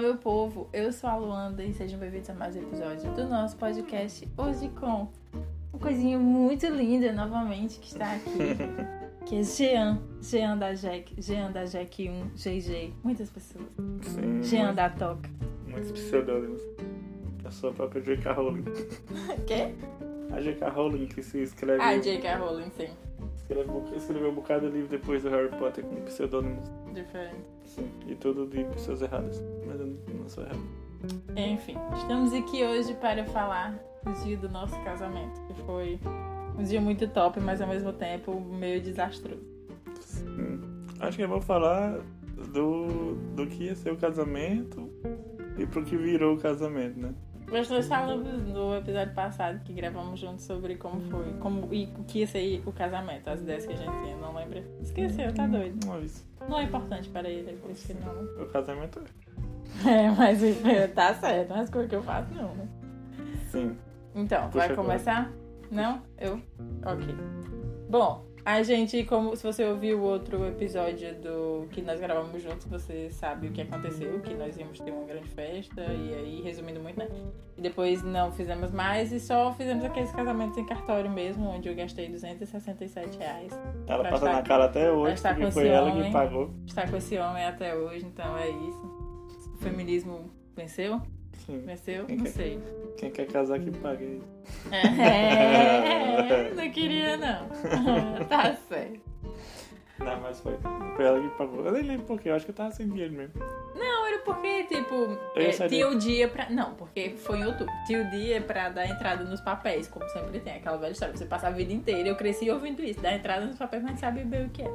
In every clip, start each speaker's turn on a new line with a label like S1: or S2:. S1: meu povo, eu sou a Luanda e sejam bem-vindos a mais um episódio do nosso podcast Hoje com uma coisinha muito linda novamente que está aqui, que é Jean, Jean da Jack, Jean da Jack 1, GG, muitas pessoas,
S2: Sim.
S1: Jean da Toca.
S2: muitos- Muitos pseudônimos. Eu sou a própria J.K. Rowling.
S1: Quê?
S2: A J.K. Rowling que se escreve,
S1: Ah, J.K. Rowling, sim,
S2: escreve um- escreveu um bocado de livro depois do Harry Potter com pseudônimos.
S1: diferente.
S2: E tudo de pessoas erradas. Mas eu não não sou errado.
S1: Enfim, estamos aqui hoje para falar do dia do nosso casamento, que foi um dia muito top, mas ao mesmo tempo meio desastroso.
S2: Hum. Acho que eu vou falar do, do que ia ser o casamento e pro que virou o casamento, né?
S1: Nós dois falamos no episódio passado que gravamos juntos sobre como foi, como e o que ia ser o casamento, as ideias que a gente tinha, não lembra? Esqueceu, tá doido.
S2: Não é isso.
S1: Não é importante para ele, por isso que não.
S2: O casamento é.
S1: É, mas tá certo, não é as coisas que eu faço não, né?
S2: Sim.
S1: Então,
S2: Puxa
S1: vai
S2: agora.
S1: começar? Não? Eu? Ok. Bom, a gente, como se você ouviu o outro episódio do que nós gravamos juntos, você sabe o que aconteceu, que nós íamos ter uma grande festa, e aí, resumindo muito, né? E depois não fizemos mais e só fizemos aqueles casamentos em cartório mesmo, onde eu gastei 267 reais.
S2: Ela
S1: Pra
S2: passa
S1: estar-
S2: na cara até
S1: pra
S2: hoje,
S1: estar com
S2: porque foi
S1: esse
S2: ela
S1: homem.
S2: que pagou.
S1: Está com esse homem até hoje, então é isso. O feminismo venceu?
S2: Sim.
S1: Venceu? Não sei.
S2: Quem quer casar que pague.
S1: É, não queria não. tá certo.
S2: Não, mas foi, foi ela que pagou. Eu nem lembro porque, eu acho que eu tava sem dinheiro mesmo.
S1: Não, era porque, tipo,
S2: Eu
S1: é,
S2: sabia.
S1: tinha o dia pra. Não, porque foi em outubro. Tinha o dia é pra dar entrada nos papéis, como sempre tem, aquela velha história. Você passa a vida inteira, eu cresci ouvindo isso, dar entrada nos papéis, mas sabe bem o que é.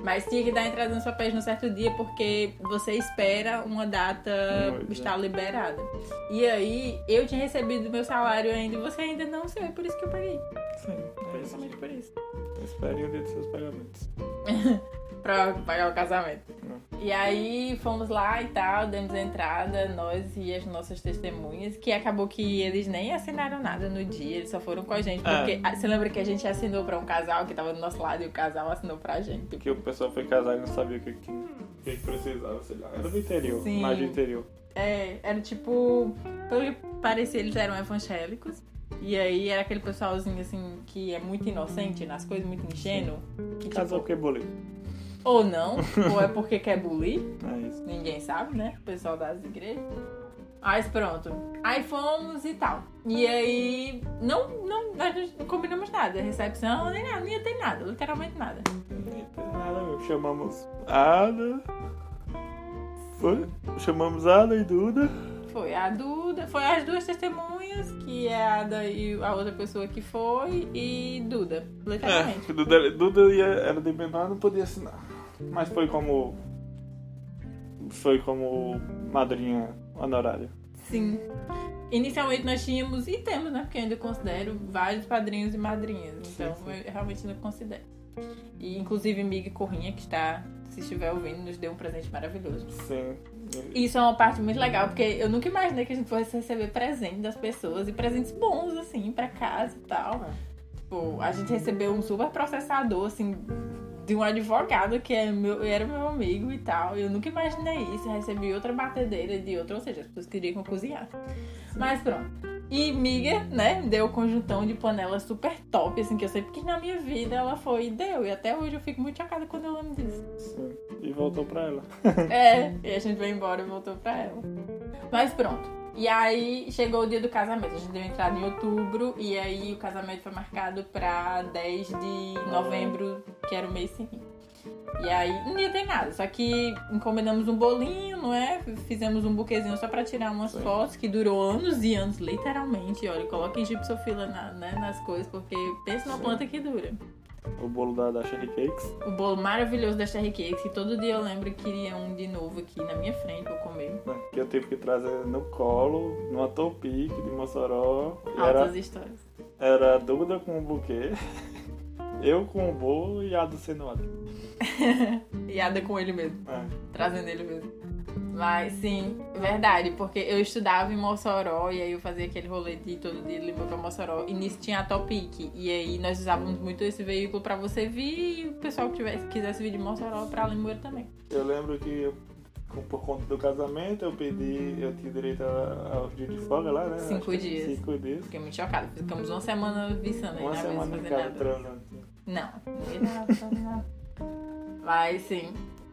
S1: Mas tinha que dar entrada nos papéis num certo dia, porque você espera uma data
S2: Pois é.
S1: estar liberada. E aí, eu tinha recebido meu salário ainda e você ainda não recebeu, por isso que eu paguei.
S2: Sim,
S1: Foi justamente por isso.
S2: Esperem o Então, um dia dos seus pagamentos.
S1: pra pagar o casamento.
S2: Hum.
S1: E aí fomos lá e tal, demos a entrada, nós e as nossas testemunhas, que acabou que eles nem assinaram nada no dia, eles só foram com a gente.
S2: Ah.
S1: Porque ah, você lembra que a gente assinou pra um casal que tava do nosso lado e o casal assinou pra gente.
S2: Porque o pessoal foi casar e não sabia o que, que, o que que precisava, sei lá. Era do interior,
S1: Sim.
S2: mais do interior.
S1: É, era tipo. Pelo que parecia, eles eram evangélicos. E aí era aquele pessoalzinho assim que é muito inocente nas coisas, muito ingênuo. Que,
S2: Casou
S1: tipo,
S2: porque boleto.
S1: ou não, ou é porque quer bulir.
S2: É isso.
S1: Ninguém sabe, né? O pessoal das igrejas. Mas pronto. Aí fomos e tal. E aí, não, não, nós não combinamos nada. Recepção, nem nada, nem tem nada, literalmente nada.
S2: Nem tem Nada, meu. Chamamos Ada. Foi? Chamamos Ada e Duda.
S1: Foi a Duda, foi as duas testemunhas, que é a Ada e a outra pessoa que foi, e Duda,
S2: É,
S1: literalmente.
S2: porque Duda, Duda ia, era de menor, não podia assinar. Mas foi como. Foi como madrinha honorária.
S1: Sim. Inicialmente nós tínhamos, e temos, né? Porque eu ainda considero vários padrinhos e madrinhas. Então
S2: Sim,
S1: eu realmente não considero. E inclusive Mig Corrinha, que está, se estiver ouvindo, nos deu um presente maravilhoso.
S2: Sim.
S1: Isso é uma parte muito legal, porque eu nunca imaginei que a gente fosse receber presente das pessoas e presentes bons, assim, pra casa e tal. Tipo, a gente recebeu um super processador, assim, de um advogado que é meu, era meu amigo e tal. Eu nunca imaginei isso. Eu recebi outra batedeira de outra, ou seja, as pessoas queriam que eu cozinhasse. Mas pronto. E Miga, né, me deu o conjuntão de panela super top, assim, que eu sempre quis na minha vida. Ela foi e deu. E até hoje eu fico muito chocada quando eu lembro disso.
S2: Sim. E voltou pra ela.
S1: É, e a gente veio embora e voltou pra ela. Mas pronto. E aí chegou o dia do casamento. A gente deu entrada em outubro e aí o casamento foi marcado pra 10 de novembro, que era o mês seguinte. E aí não ia ter nada, só que encomendamos um bolinho, não é? Fizemos um buquezinho só pra tirar umas
S2: Sim.
S1: fotos que durou anos e anos, literalmente. Olha, coloquem gipsofila na- né, nas coisas, porque pensa numa
S2: Sim.
S1: planta que dura
S2: O bolo da, da Cherry Cakes.
S1: o bolo maravilhoso da Cherry Cakes, que todo dia eu lembro que queria um de novo aqui na minha frente pra eu comer.
S2: né, Que eu tive que trazer no colo, numa topique de Mossoró. E
S1: Altas
S2: Era,
S1: histórias.
S2: era a Duda com o buquê, eu com o bolo e a do cenoura.
S1: E Ada com ele mesmo,
S2: É,
S1: trazendo ele mesmo. Mas sim, verdade, porque eu estudava em Mossoró e aí eu fazia aquele rolê de todo dia de Lima pra Mossoró. E nisso tinha a Topic. E aí nós usávamos muito esse veículo pra você vir e o pessoal que tivesse, quisesse vir de Mossoró pra Limoeiro também.
S2: Eu lembro que eu com- por conta do casamento, eu pedi, eu tinha direito a- ao dia de folga lá, né?
S1: Cinco
S2: Acho que
S1: dias.
S2: Cinco dias.
S1: Fiquei muito chocada. Ficamos uma semana viçando aí
S2: Uma
S1: na mesa
S2: semana em
S1: fazer
S2: casa
S1: nada.
S2: transando.
S1: Não, não ia dar pra fazer nada. Mas sim.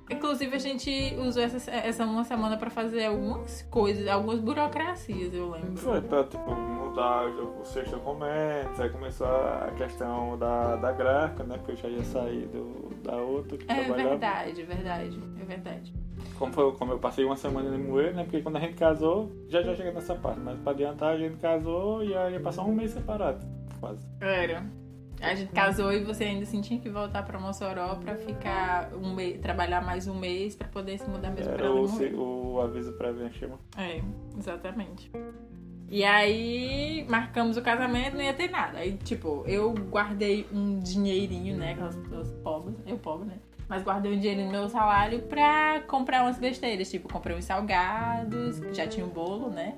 S1: Inclusive a gente usou essa, essa uma semana pra fazer algumas coisas, algumas burocracias, eu lembro.
S2: Foi pra, tipo, mudar o sexto comércio, aí começou a questão da, da gráfica, né? Porque eu já ia sair do, da outra que
S1: É
S2: trabalhava.
S1: verdade, é verdade, é verdade.
S2: Como, foi- como eu passei uma semana em Limoeiro, né? Porque quando a gente casou, já já chega nessa parte, mas pra adiantar a gente casou e aí ia passar um mês separado, quase.
S1: Era. A gente casou e você ainda assim tinha que voltar pra Mossoró pra ficar um mês, trabalhar mais um mês pra poder se mudar mesmo pra
S2: Era o,
S1: Limoeiro.
S2: se- o aviso prévio, né, chama.
S1: É, exatamente. E aí marcamos o casamento, não ia ter nada. Aí, tipo, eu guardei um dinheirinho, né? Aquelas pessoas pobres, eu pobre, né? Mas guardei um dinheirinho no meu salário pra comprar umas besteiras. Tipo, comprei uns salgados, já tinha um bolo, né?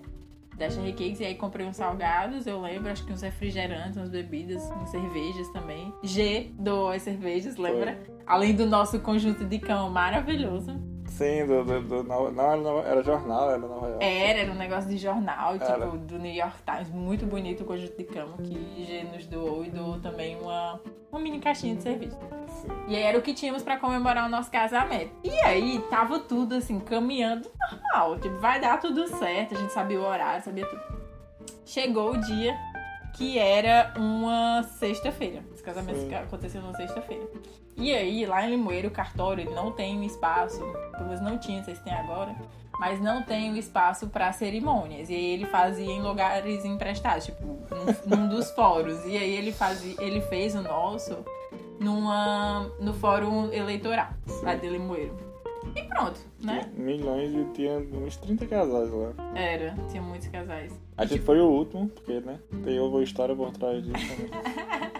S1: Da Cherry Cakes, e aí comprei uns salgados, eu lembro, acho que uns refrigerantes, umas bebidas, umas cervejas também. G doou as cervejas, lembra? Além do nosso conjunto de cão maravilhoso.
S2: Sim, do, do, do- não, não, era, Nova- era jornal, era Nova York.
S1: Era, era um negócio de jornal, tipo,
S2: Era.
S1: do New York Times, muito bonito o conjunto de cama que G nos doou e doou também uma, uma mini caixinha de serviço.
S2: Sim.
S1: E aí era o que tínhamos pra comemorar o nosso casamento. E aí tava tudo assim, caminhando normal, tipo, vai dar tudo certo, a gente sabia o horário, sabia tudo. Chegou o dia que era uma sexta-feira. Esse casamento
S2: Sim.
S1: aconteceu numa sexta-feira. E aí, lá em Limoeiro, o cartório ele não tem um espaço, pelo menos não tinha, vocês têm agora, mas não tem um espaço pra cerimônias. E aí ele fazia em lugares emprestados, tipo, num- num dos fóruns. E aí ele fazia, ele fez o nosso numa no fórum eleitoral lá de Limoeiro. E pronto, né?
S2: Tinha Milhões e tinha uns 30 casais lá.
S1: Era, tinha muitos casais.
S2: A gente foi o último, porque, né? Tem uma história por trás disso. né?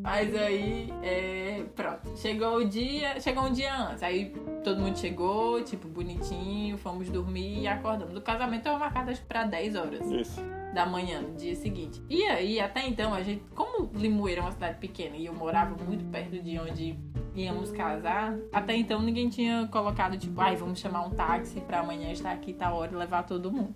S1: Mas aí, é, pronto. Chegou o dia, chegou um dia antes. Aí todo mundo chegou, tipo, bonitinho, fomos dormir e acordamos. O casamento é marcado acho, pra 10 horas
S2: Isso.
S1: da manhã, no dia seguinte. E aí, até então, a gente, como Limoeiro é uma cidade pequena e eu morava muito perto de onde íamos casar, até então ninguém tinha colocado, tipo, ai, vamos chamar um táxi pra amanhã estar aqui, tal hora, e levar todo mundo.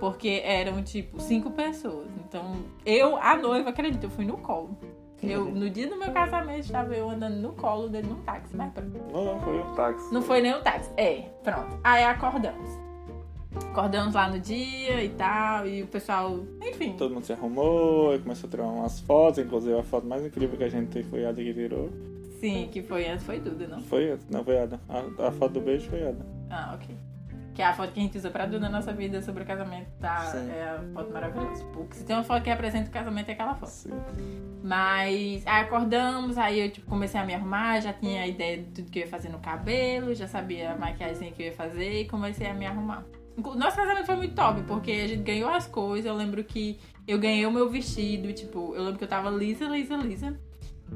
S1: Porque eram, tipo, cinco pessoas. Então, eu, a noiva, acredito, eu fui no colo. Eu, no dia do meu casamento, estava eu andando no colo dele num táxi, mas pronto.
S2: Não, não, foi um táxi.
S1: Não foi nem o táxi. É, pronto. Aí acordamos. Acordamos lá no dia e tal, e o pessoal, enfim.
S2: Todo mundo se arrumou, aí começou a tirar umas fotos, inclusive a foto mais incrível que a gente foi a que tirou.
S1: Sim, que foi antes, foi Duda, não?
S2: Foi essa, não foi Ada. A, a foto do beijo foi Ada.
S1: Ah, ok. Que é a foto que a gente usa pra Duda na nossa vida sobre o casamento, tá?
S2: Sim.
S1: É a foto maravilhosa. Porque se tem uma foto que representa o casamento, é aquela foto.
S2: Sim.
S1: Mas aí acordamos, aí eu tipo, comecei a me arrumar, já tinha a ideia de tudo que eu ia fazer no cabelo, já sabia a maquiagem que eu ia fazer e comecei a me arrumar. Inclu- Nosso casamento foi muito top, porque a gente ganhou as coisas. Eu lembro que eu ganhei o meu vestido, tipo, eu lembro que eu tava lisa, lisa, lisa.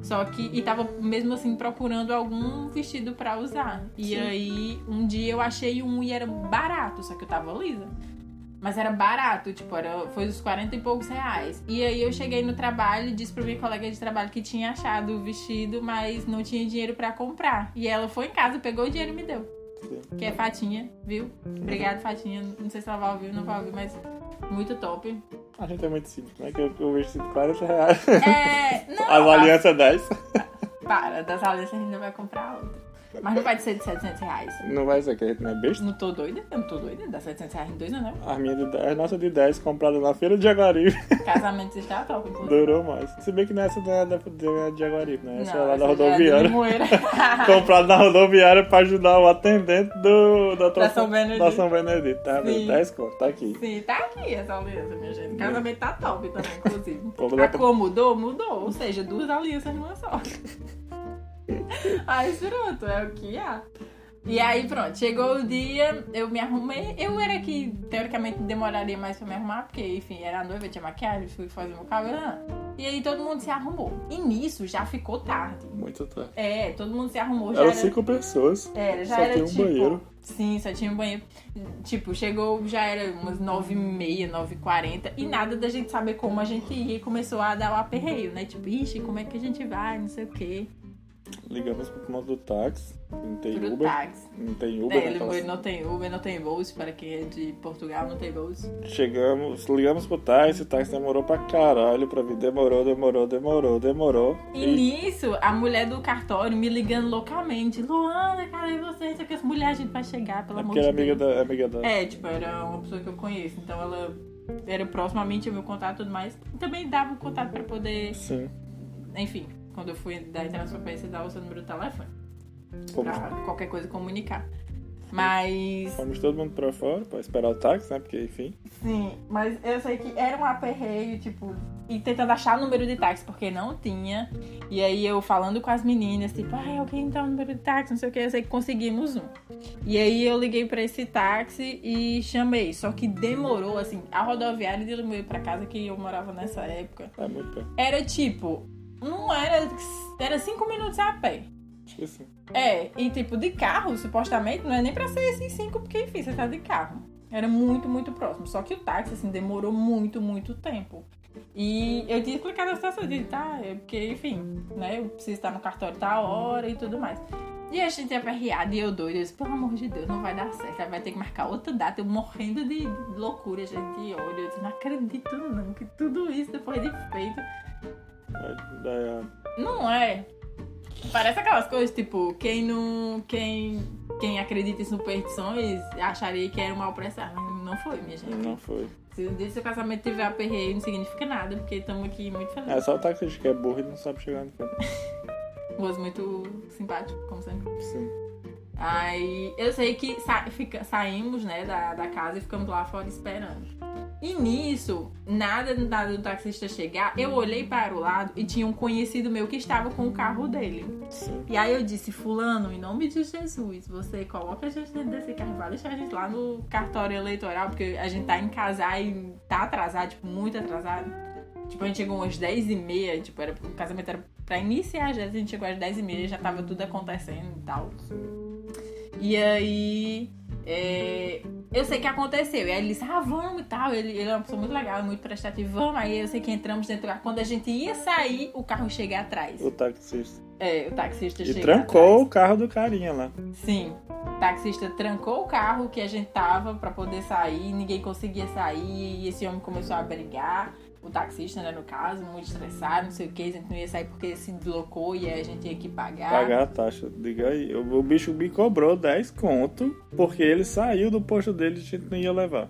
S1: Só que. E tava mesmo assim procurando algum vestido pra usar. E
S2: Sim.
S1: aí, um dia eu achei um e era barato, só que eu tava lisa. Mas era barato, tipo, era, foi uns 40 e poucos reais. E aí eu cheguei no trabalho e disse pra minha colega de trabalho que tinha achado o vestido, mas não tinha dinheiro pra comprar. E ela foi em casa, pegou o dinheiro e me deu.
S2: Sim.
S1: Que é Fatinha, viu? Obrigada, Fatinha. Não sei se ela vai ouvir ou não vai ouvir, mas muito top.
S2: A gente é muito simples, né? Que eu, eu vesti 40 reais.
S1: É. Não,
S2: As alianças 10.
S1: para, das alianças a gente não vai comprar outra. Mas não pode ser de 700 reais.
S2: Não vai ser que a gente não é besta.
S1: Não tô doida? Eu não tô doida. Dá 700 reais em dois né? anel.
S2: A minha de 10, a nossa de 10, comprada na feira de Jaguaribe,
S1: Casamento está top, inclusive.
S2: durou mais. Se bem que nessa não é da, da de Jaguaribe, né? Essa é lá
S1: essa já
S2: da
S1: é do
S2: rodoviária.
S1: Limoeiro.
S2: comprado na rodoviária pra ajudar o atendente do, da,
S1: Da São Benedito.
S2: Da São Benedito. Tá,
S1: Sim.
S2: 10 conto, tá aqui.
S1: Sim, tá aqui essa aliança, minha gente. Casamento tá top também, inclusive.
S2: Vamos
S1: A
S2: lá pra-
S1: cor mudou? Mudou. Ou seja, duas alianças numa só. aí pronto, é o que há. E aí pronto, chegou o dia, eu me arrumei. Eu era que teoricamente demoraria mais pra me arrumar, porque enfim, era noiva, tinha maquiagem, fui fazer meu cabelo. né? E aí todo mundo se arrumou. E nisso já ficou tarde.
S2: Muito tarde.
S1: É, todo mundo se arrumou já.
S2: Eram
S1: era-
S2: cinco pessoas.
S1: era, já
S2: Só
S1: era
S2: tem um
S1: tipo.
S2: banheiro.
S1: Sim, só tinha um banheiro. Tipo, chegou, já era umas 9h30, 9h40, e nada da gente saber como a gente ia e começou a dar o aperreio, né? Tipo, ixi, como é que a gente vai, não sei o quê.
S2: Ligamos pro ponto do táxi. Não tem
S1: Pro
S2: Uber.
S1: táxi.
S2: Não tem
S1: Daí
S2: Uber né,
S1: ele
S2: naquela
S1: foi, não tem Uber, não tem voos, para quem é de Portugal não tem voos.
S2: Chegamos, ligamos pro táxi, o táxi demorou pra caralho pra vir. Demorou, demorou, demorou, demorou.
S1: E nisso, a mulher do cartório me ligando loucamente. Luana, cadê você? Isso aqui, as mulheres, a gente vai chegar, pelo
S2: é
S1: amor
S2: porque
S1: de
S2: era
S1: Deus.
S2: amiga da. Amiga da...
S1: É, tipo, era uma pessoa que eu conheço, então ela era proximamente o meu contato e tudo mais. E também dava o contato pra poder,
S2: Sim.
S1: enfim, quando eu fui dar transferência, dava o seu número de telefone.
S2: Fomos,
S1: Pra qualquer coisa comunicar. Mas.
S2: fomos todo mundo pra fora pra esperar o táxi, né? Porque, enfim.
S1: Sim, mas eu sei que era um aperreio, tipo, e tentando achar o número de táxi, porque não tinha. E aí eu falando com as meninas, tipo, ai, alguém dá o número de táxi, não sei o que, eu sei que conseguimos um. E aí eu liguei pra esse táxi e chamei. Só que demorou, assim, a rodoviária de Limoeiro pra casa que eu morava nessa época.
S2: É muito perto.
S1: Era tipo, não era. Era cinco minutos a pé.
S2: Acho que sim.
S1: É, e tipo, de carro, supostamente, não é nem pra ser esses cinco, porque enfim, você tá de carro. Era muito, muito próximo. Só que o táxi, assim, demorou muito, muito tempo. E eu tinha explicado a situação, eu disse, tá, é porque, enfim, né, eu preciso estar no cartório tal hora e tudo mais. E a gente aperreada e eu doida, eu disse, pelo amor de Deus, não vai dar certo, ela vai ter que marcar outra data, eu morrendo de loucura, a gente olha, eu disse, não acredito não, que tudo isso depois de feito,
S2: Mas daí ah, a-
S1: não é. Parece aquelas coisas, tipo, quem não. Quem, quem acredita em superstições acharia que era um mal presságio. Mas não foi, minha gente.
S2: não foi.
S1: Se o dia do seu casamento tiver aperreio, não significa nada, porque estamos aqui muito
S2: É
S1: felizes.
S2: só o táxi que é burro e não sabe chegar no canto.
S1: Voz muito simpático, como sempre.
S2: Sim.
S1: Aí eu sei que sa- fica- saímos, né, da, da casa e ficamos lá fora esperando. E nisso, nada, nada do taxista chegar, eu olhei para o lado e tinha um conhecido meu que estava com o carro dele.
S2: Sim.
S1: E aí eu disse, fulano, em nome de Jesus, você coloca a gente dentro desse carro, vai deixar a gente lá no cartório eleitoral, porque a gente tá em casar e tá atrasado, tipo, muito atrasado. Tipo, a gente chegou umas 10 e meia, tipo, era, o casamento era pra iniciar já, a gente chegou às 10 e meia, já tava tudo acontecendo e tal. E aí, é, eu sei que aconteceu. E aí ele disse, ah, vamos e tal. Ele, ele é uma pessoa muito legal, muito prestativa, vamos. Aí eu sei que entramos dentro do carro. Quando a gente ia sair, o carro chega atrás.
S2: O taxista.
S1: É, o taxista
S2: E
S1: chega
S2: trancou
S1: atrás.
S2: o carro do carinha lá.
S1: Sim. O taxista trancou o carro que a gente tava pra poder sair, ninguém conseguia sair, e esse homem começou a brigar. O taxista, né, no caso, muito estressado, não sei o que, a gente não ia sair porque se deslocou e aí a gente tinha que pagar.
S2: Pagar a taxa. Diga aí. O, o bicho me cobrou 10 conto porque ele saiu do posto dele e a gente não ia levar.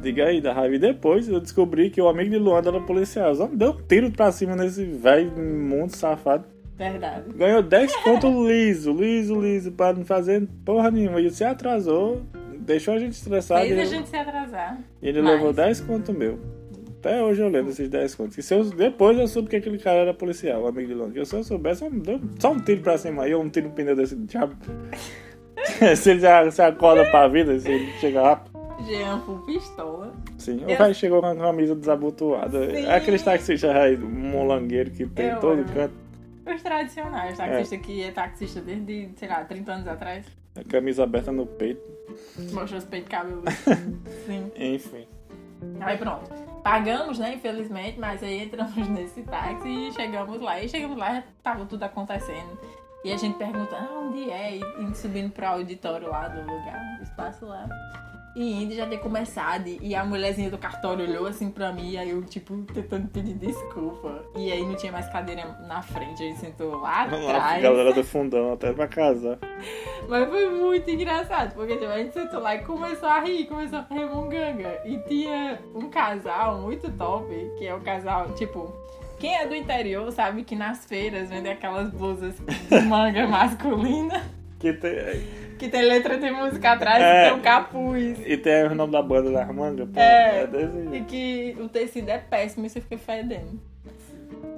S2: Diga aí, da raiva. E depois eu descobri que o amigo de Luanda era policial. Só me deu um tiro pra cima nesse velho mundo safado.
S1: Verdade.
S2: Ganhou 10 conto liso, liso, liso, pra não fazer porra nenhuma. E se atrasou, deixou a gente estressado.
S1: Fez
S2: e
S1: a
S2: eu-
S1: gente se atrasar.
S2: e ele
S1: Mas-
S2: levou 10 conto meu. Até hoje eu lembro desses 10 contos. E se eu- depois eu soube que aquele cara era policial, o amigo de Londres. Se eu soubesse, eu dou só um tiro pra cima aí, ou um tiro no pneu desse diabo. se ele já se acorda pra vida, se ele chega rápido.
S1: Jean full pistola.
S2: Sim, o
S1: Eu-
S2: cara chegou com a camisa desabotoada.
S1: Sim.
S2: É aquele taxista raiz, molangueiro que tem em
S1: Eu
S2: todo
S1: amo.
S2: canto.
S1: Os tradicionais, taxista que é taxista desde, sei lá, 30 anos atrás.
S2: A camisa aberta no peito.
S1: Mostra os peitos cabeludos. Sim.
S2: Enfim.
S1: Aí pronto. Pagamos, né, infelizmente, mas aí entramos nesse táxi e chegamos lá. E chegamos lá, tava tudo acontecendo. E a gente perguntando ah, onde é, e e subindo pro auditório lá do lugar, do espaço lá. E indo já ter começado, e e a mulherzinha do cartório olhou assim pra mim, aí eu, tipo, tentando pedir desculpa. E aí não tinha mais cadeira na frente, a gente sentou lá
S2: Vamos lá,
S1: atrás.
S2: galera do fundão, até pra casar.
S1: Mas foi muito engraçado, porque tipo, a gente sentou lá e começou a rir, começou a fazer munganga. E tinha um casal muito top, que é o casal, tipo, quem é do interior sabe que nas feiras vendem aquelas blusas de manga masculina,
S2: Que tem...
S1: que tem letra de música atrás
S2: É.
S1: e tem um capuz.
S2: E tem o nome da banda da manga, pô.
S1: É.
S2: desse jeito.
S1: E que o tecido é péssimo e você fica fedendo.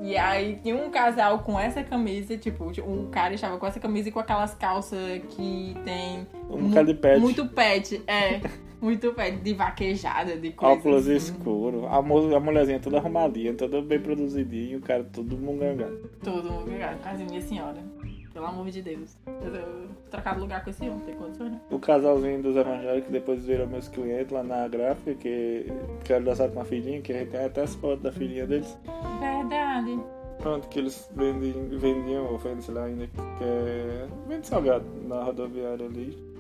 S1: E aí tinha um casal com essa camisa, tipo, um cara estava com essa camisa e com aquelas calças que tem
S2: Um bocado de pet.
S1: Muito pet, é. Muito pet, de vaquejada, de coisa.
S2: Óculos
S1: assim,
S2: escuro, a, mo- a mulherzinha toda arrumadinha, toda bem produzidinha, e o cara todo mungangado.
S1: Todo mundo ligado. Mas Assim, minha senhora, pelo amor de Deus. Eu, eu trocar de lugar com esse homem, tem condições, né?
S2: O casalzinho dos evangélicos que depois viram meus clientes lá na gráfica, que quero dançar com a filhinha, que a gente tem até as fotos da filhinha deles.
S1: Verdade.
S2: Pronto, que eles vendem, vendiam, ou vendem, sei lá, ainda que é... Vende salgado na rodoviária ali.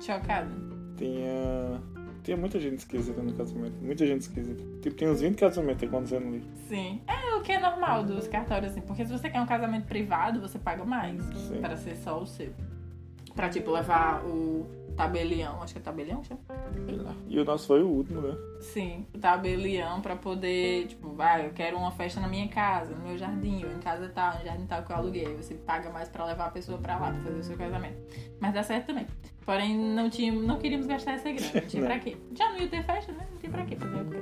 S1: Chocada.
S2: Tinha... Tinha muita gente esquisita no casamento. Muita gente esquisita. Tipo, tinha uns 20 casamentos acontecendo ali.
S1: Sim. É o que é normal dos cartórios, assim. Porque se você quer um casamento privado, você paga mais.
S2: Sim.
S1: Pra ser só o seu. Pra, tipo, levar o tabelião. Acho que é tabelião, que chama?
S2: Sei lá. E o nosso foi o último, né?
S1: Sim, o tabelião pra poder, tipo, vai, eu quero uma festa na minha casa, no meu jardim, ou em casa tal, no jardim tal que eu aluguei. Aí Você paga mais pra levar a pessoa pra lá pra fazer o seu casamento. Mas dá certo também. Porém, não, tinha, não queríamos gastar essa grana, não tinha
S2: Não.
S1: pra quê. Já não ia ter festa, né? Não tinha pra quê fazer o quê.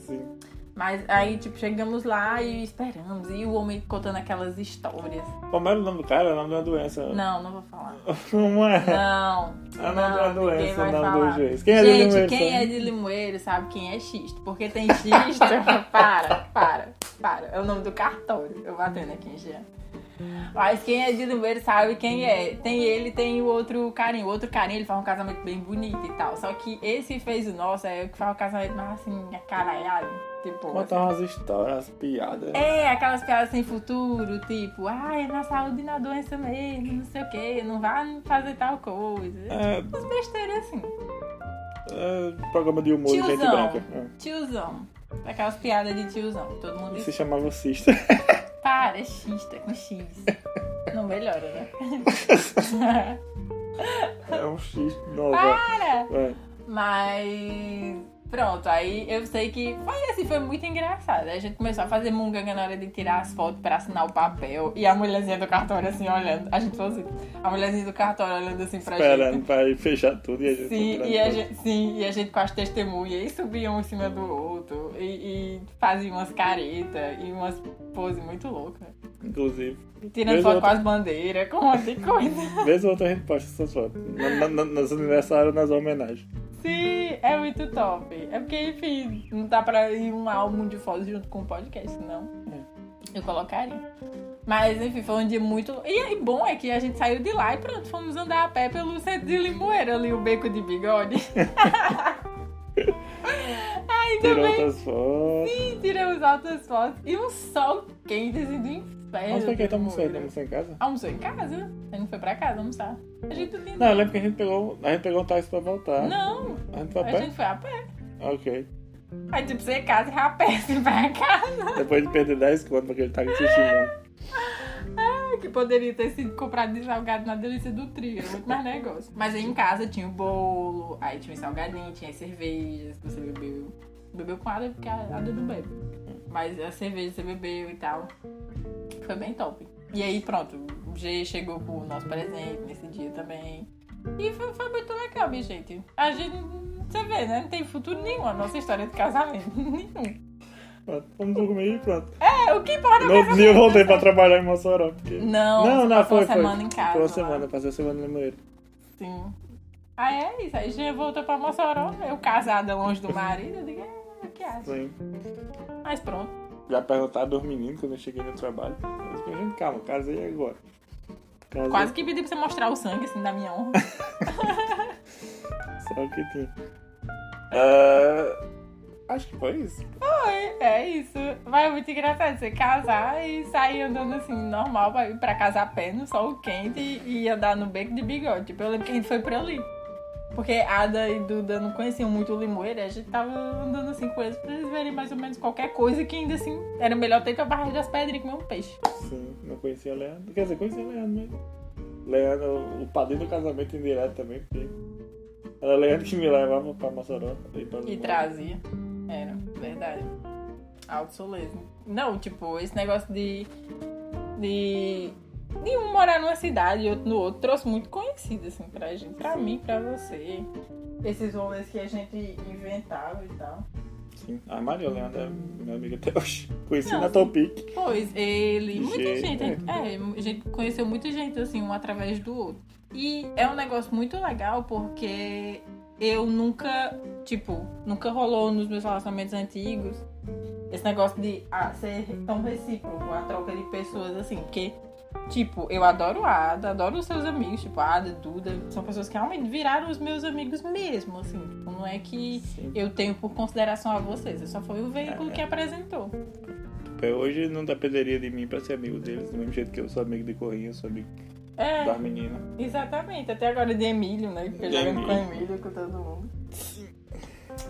S2: Sim.
S1: Mas aí, tipo, chegamos lá e esperamos. E o homem contando aquelas histórias.
S2: Como era o nome do cara? Era o nome da doença.
S1: Não, não vou falar.
S2: Não é.
S1: Não.
S2: Ah, não,
S1: não,
S2: não, não é
S1: ninguém
S2: essa,
S1: vai
S2: não,
S1: falar.
S2: do juiz. Quem é de
S1: Gente,
S2: Limoeiro,
S1: quem
S2: sabe?
S1: é de limoeiro sabe quem é xisto. Porque tem xisto. para, para, para. É o nome do cartório. Eu batendo aqui, Jean. Mas quem é de limoeiro sabe quem é. Tem ele, tem o outro carinho. O outro carinho, ele faz um casamento bem bonito e tal. Só que esse que fez o nosso, é o que faz o casamento mais assim, acaralhado. Tipo, assim,
S2: Contava umas histórias, umas piadas.
S1: é, aquelas piadas sem futuro, tipo, ah, é na saúde e na doença mesmo, não sei o que, não vá fazer tal coisa.
S2: É,
S1: Umas besteiras assim.
S2: é programa de humor de gente
S1: Tiozão.
S2: branca. É.
S1: Tiozão. Aquelas piadas de tiozão. Todo mundo
S2: Ele
S1: diz,
S2: se chamava Cista.
S1: para, é xista com X. Não melhora, né?
S2: É um X novo.
S1: Para!
S2: É.
S1: Mas pronto, aí eu sei que foi assim, foi muito engraçado. Aí a gente começou a fazer munganga na hora de tirar as fotos pra assinar o papel. E a mulherzinha do cartório assim olhando. A gente falou assim, a mulherzinha do cartório olhando assim pra gente.
S2: Esperando pra ir fechar tudo e a gente.
S1: Sim
S2: comprando
S1: e, a
S2: tudo.
S1: gente, sim, e a gente com as testemunhas, e subia um em cima do outro, e, e fazia umas caretas e umas poses muito loucas.
S2: Inclusive.
S1: Tirando
S2: Vez
S1: foto
S2: outra.
S1: com as bandeiras, com um monte de coisa.
S2: Vez ou outra a gente posta essas fotos. Na, na, na, nos aniversários, nas homenagens.
S1: Sim, é muito top. É porque, enfim, não dá pra ir um álbum de fotos junto com um podcast, senão
S2: É.
S1: eu colocaria. Mas, enfim, foi um dia muito. E aí, bom é que a gente saiu de lá e pronto, fomos andar a pé pelo centro de Limoeiro, ali, o beco de bigode. Ainda
S2: Tirou
S1: bem,
S2: outras fotos.
S1: sim, tiramos altas fotos. E um sol quente, assim, do inferno.
S2: Mas foi que
S1: de
S2: estamos
S1: Limoeiro.
S2: saindo em casa?
S1: Almoçou em casa? A gente foi pra casa almoçar. A gente não tinha
S2: Não, eu lembro que a gente pegou, a gente pegou um táxi pra voltar.
S1: Não,
S2: A gente foi a
S1: a
S2: pé?
S1: gente foi a pé.
S2: Ok.
S1: Aí, tipo, você casa e rapaz, e vai a assim, casa.
S2: Depois de perder 10 conto pra aquele táxi xingando.
S1: Ah, que poderia ter sido comprado de salgado na delícia do trio, era muito mais negócio. Mas aí em casa tinha o bolo, aí tinha o salgadinho, tinha as cervejas que você bebeu. Bebeu com água porque a água não bebe. Mas a cerveja você bebeu e tal. Foi bem top. E aí pronto, o G chegou com o nosso presente nesse dia também. E foi, foi muito legal, minha gente. A gente, você vê, né? Não tem futuro nenhum a nossa história de casamento. Nenhum.
S2: Pronto, Vamos dormir e pronto.
S1: É, o que importa é
S2: No outro dia eu voltei pra trabalhar em Mossoró. Porque...
S1: Não,
S2: não,
S1: você
S2: não,
S1: passou
S2: foi.
S1: a semana em casa.
S2: Foi uma
S1: lá.
S2: semana, passei a semana no Limoeiro.
S1: Sim. Ah, é isso. Aí já voltou pra Mossoró, eu casada longe do marido, eu digo, é, o que acha?
S2: Sim.
S1: Mas pronto.
S2: Já perguntaram dos meninos quando eu cheguei no trabalho. Eles falaram, gente, calma, casei agora. Casei,
S1: Quase que pedi pra você mostrar o sangue, assim, da minha honra.
S2: Só que tinha. Ah, acho que foi isso.
S1: Foi, é isso. Mas é muito engraçado você casar e sair andando assim, normal, pra, pra casar a pé no sol quente e, e andar no beco de bigode. Tipo, eu lembro que a gente foi por ali. Porque Ada e Duda não conheciam muito o Limoeiro, a gente tava andando assim com eles pra eles verem mais ou menos qualquer coisa que ainda assim era melhor ter que a barriga das pedrinhas comer um peixe.
S2: Sim, não conhecia o Leandro. Quer dizer, conhecia o Leandro mesmo. Leandro, o padrinho do casamento indireto também, porque era o Leandro que me levava pra Mossoró. E, pra
S1: E
S2: Limoeiro.
S1: trazia. Era, verdade. Alto solesmo. Não, tipo, esse negócio de. De. De um morar numa cidade e outro no outro trouxe muito conhecido, assim, pra gente. Pra mim, pra você. Esses rolês que a gente inventava e tal.
S2: Sim. A Maria Leandro é minha amiga até hoje. Conheci
S1: Não,
S2: na
S1: sim.
S2: Topic.
S1: Pois, ele. Muita
S2: Gente,
S1: gente. É, a gente conheceu muita gente, assim, um através do outro. E é um negócio muito legal porque eu nunca, tipo, nunca rolou nos meus relacionamentos antigos esse negócio de ah, ser tão recíproco, a troca de pessoas, assim, porque. Tipo, eu adoro a Ada, adoro os seus amigos, tipo, a Ada, Duda, são pessoas que realmente viraram os meus amigos mesmo, assim. Tipo, não é que
S2: Sim.
S1: eu tenho por consideração a vocês, eu só foi o veículo que apresentou.
S2: pé. Hoje não dependeria de mim pra ser amigo deles, do mesmo jeito que eu sou amigo de Corrinha, sou amigo
S1: É,
S2: das meninas.
S1: exatamente. Até agora de Emílio, né? Que eu
S2: De
S1: jogando com
S2: Emílio.
S1: Emílio, com todo mundo.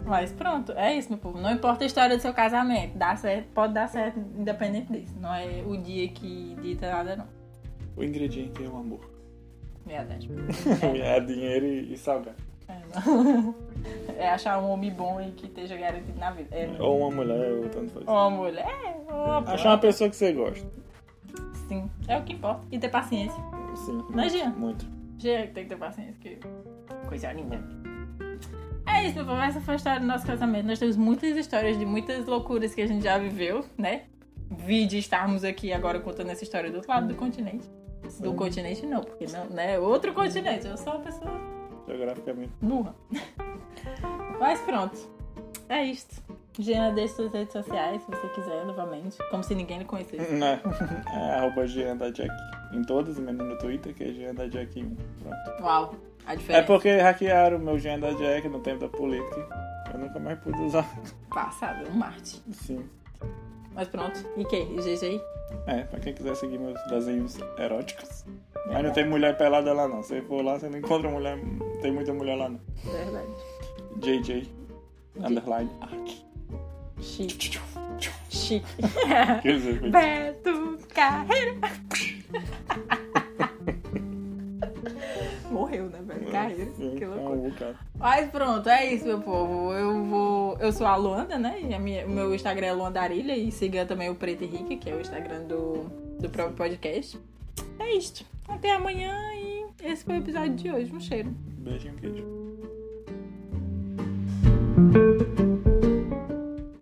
S1: Mas pronto, é isso, meu povo. Não importa a história do seu casamento. Dá certo, pode dar certo independente disso. Não é o dia que dita nada, não.
S2: O ingrediente é o amor.
S1: Verdade.
S2: É dinheiro e, e salgado.
S1: É, não. É achar um homem bom e que esteja garantido na vida. É, não.
S2: Ou uma mulher, ou tanto faz.
S1: Ou uma mulher, é, ou uma
S2: Achar uma pessoa que você gosta.
S1: Sim, é o que importa. E ter paciência.
S2: Sim.
S1: Né, Jean?
S2: Muito.
S1: Jean que tem que ter paciência, que coisa linda. É isso, meu povo. Essa foi a história do nosso casamento. Nós temos muitas histórias de muitas loucuras que a gente já viveu, né? Vide estarmos aqui agora contando essa história do outro lado do continente. Do
S2: Sim.
S1: continente não, porque não, né? Outro continente. Eu sou uma pessoa
S2: Geograficamente.
S1: burra. Mas pronto. É isto. Jean, deixe suas redes sociais, se você quiser, novamente. Como se ninguém lhe conhecesse.
S2: Né? É arroba Jean da Jack. Em todas, menos no Twitter, que é Jean da Jack 1. Pronto.
S1: Uau, a
S2: É
S1: diferença.
S2: porque hackearam o meu Jean da Jack no tempo da política. Eu nunca mais pude usar.
S1: Passada, um Marte.
S2: Sim.
S1: Mas pronto. E que? E GG?
S2: É, pra quem quiser seguir meus desenhos eróticos. Mas
S1: É
S2: não tem mulher pelada lá não. Se for lá, você não encontra mulher. Tem muita mulher lá não.
S1: Verdade.
S2: JJ. Underline art.
S1: Chique. Chique.
S2: Quer dizer, foi-
S1: Beto Carreiro. Morreu, né, Beto Carreiro?
S2: Sim,
S1: Que
S2: é um
S1: loucura.
S2: bocado.
S1: Mas pronto, é isso, meu povo. Eu vou. Eu sou a Luanda, né? E a minha- o meu Instagram é Luandarilha. E siga também o Preto Henrique, que é o Instagram do, do próprio podcast. É isto. Até amanhã e esse foi o episódio de hoje. Um cheiro.
S2: Beijinho, queijo.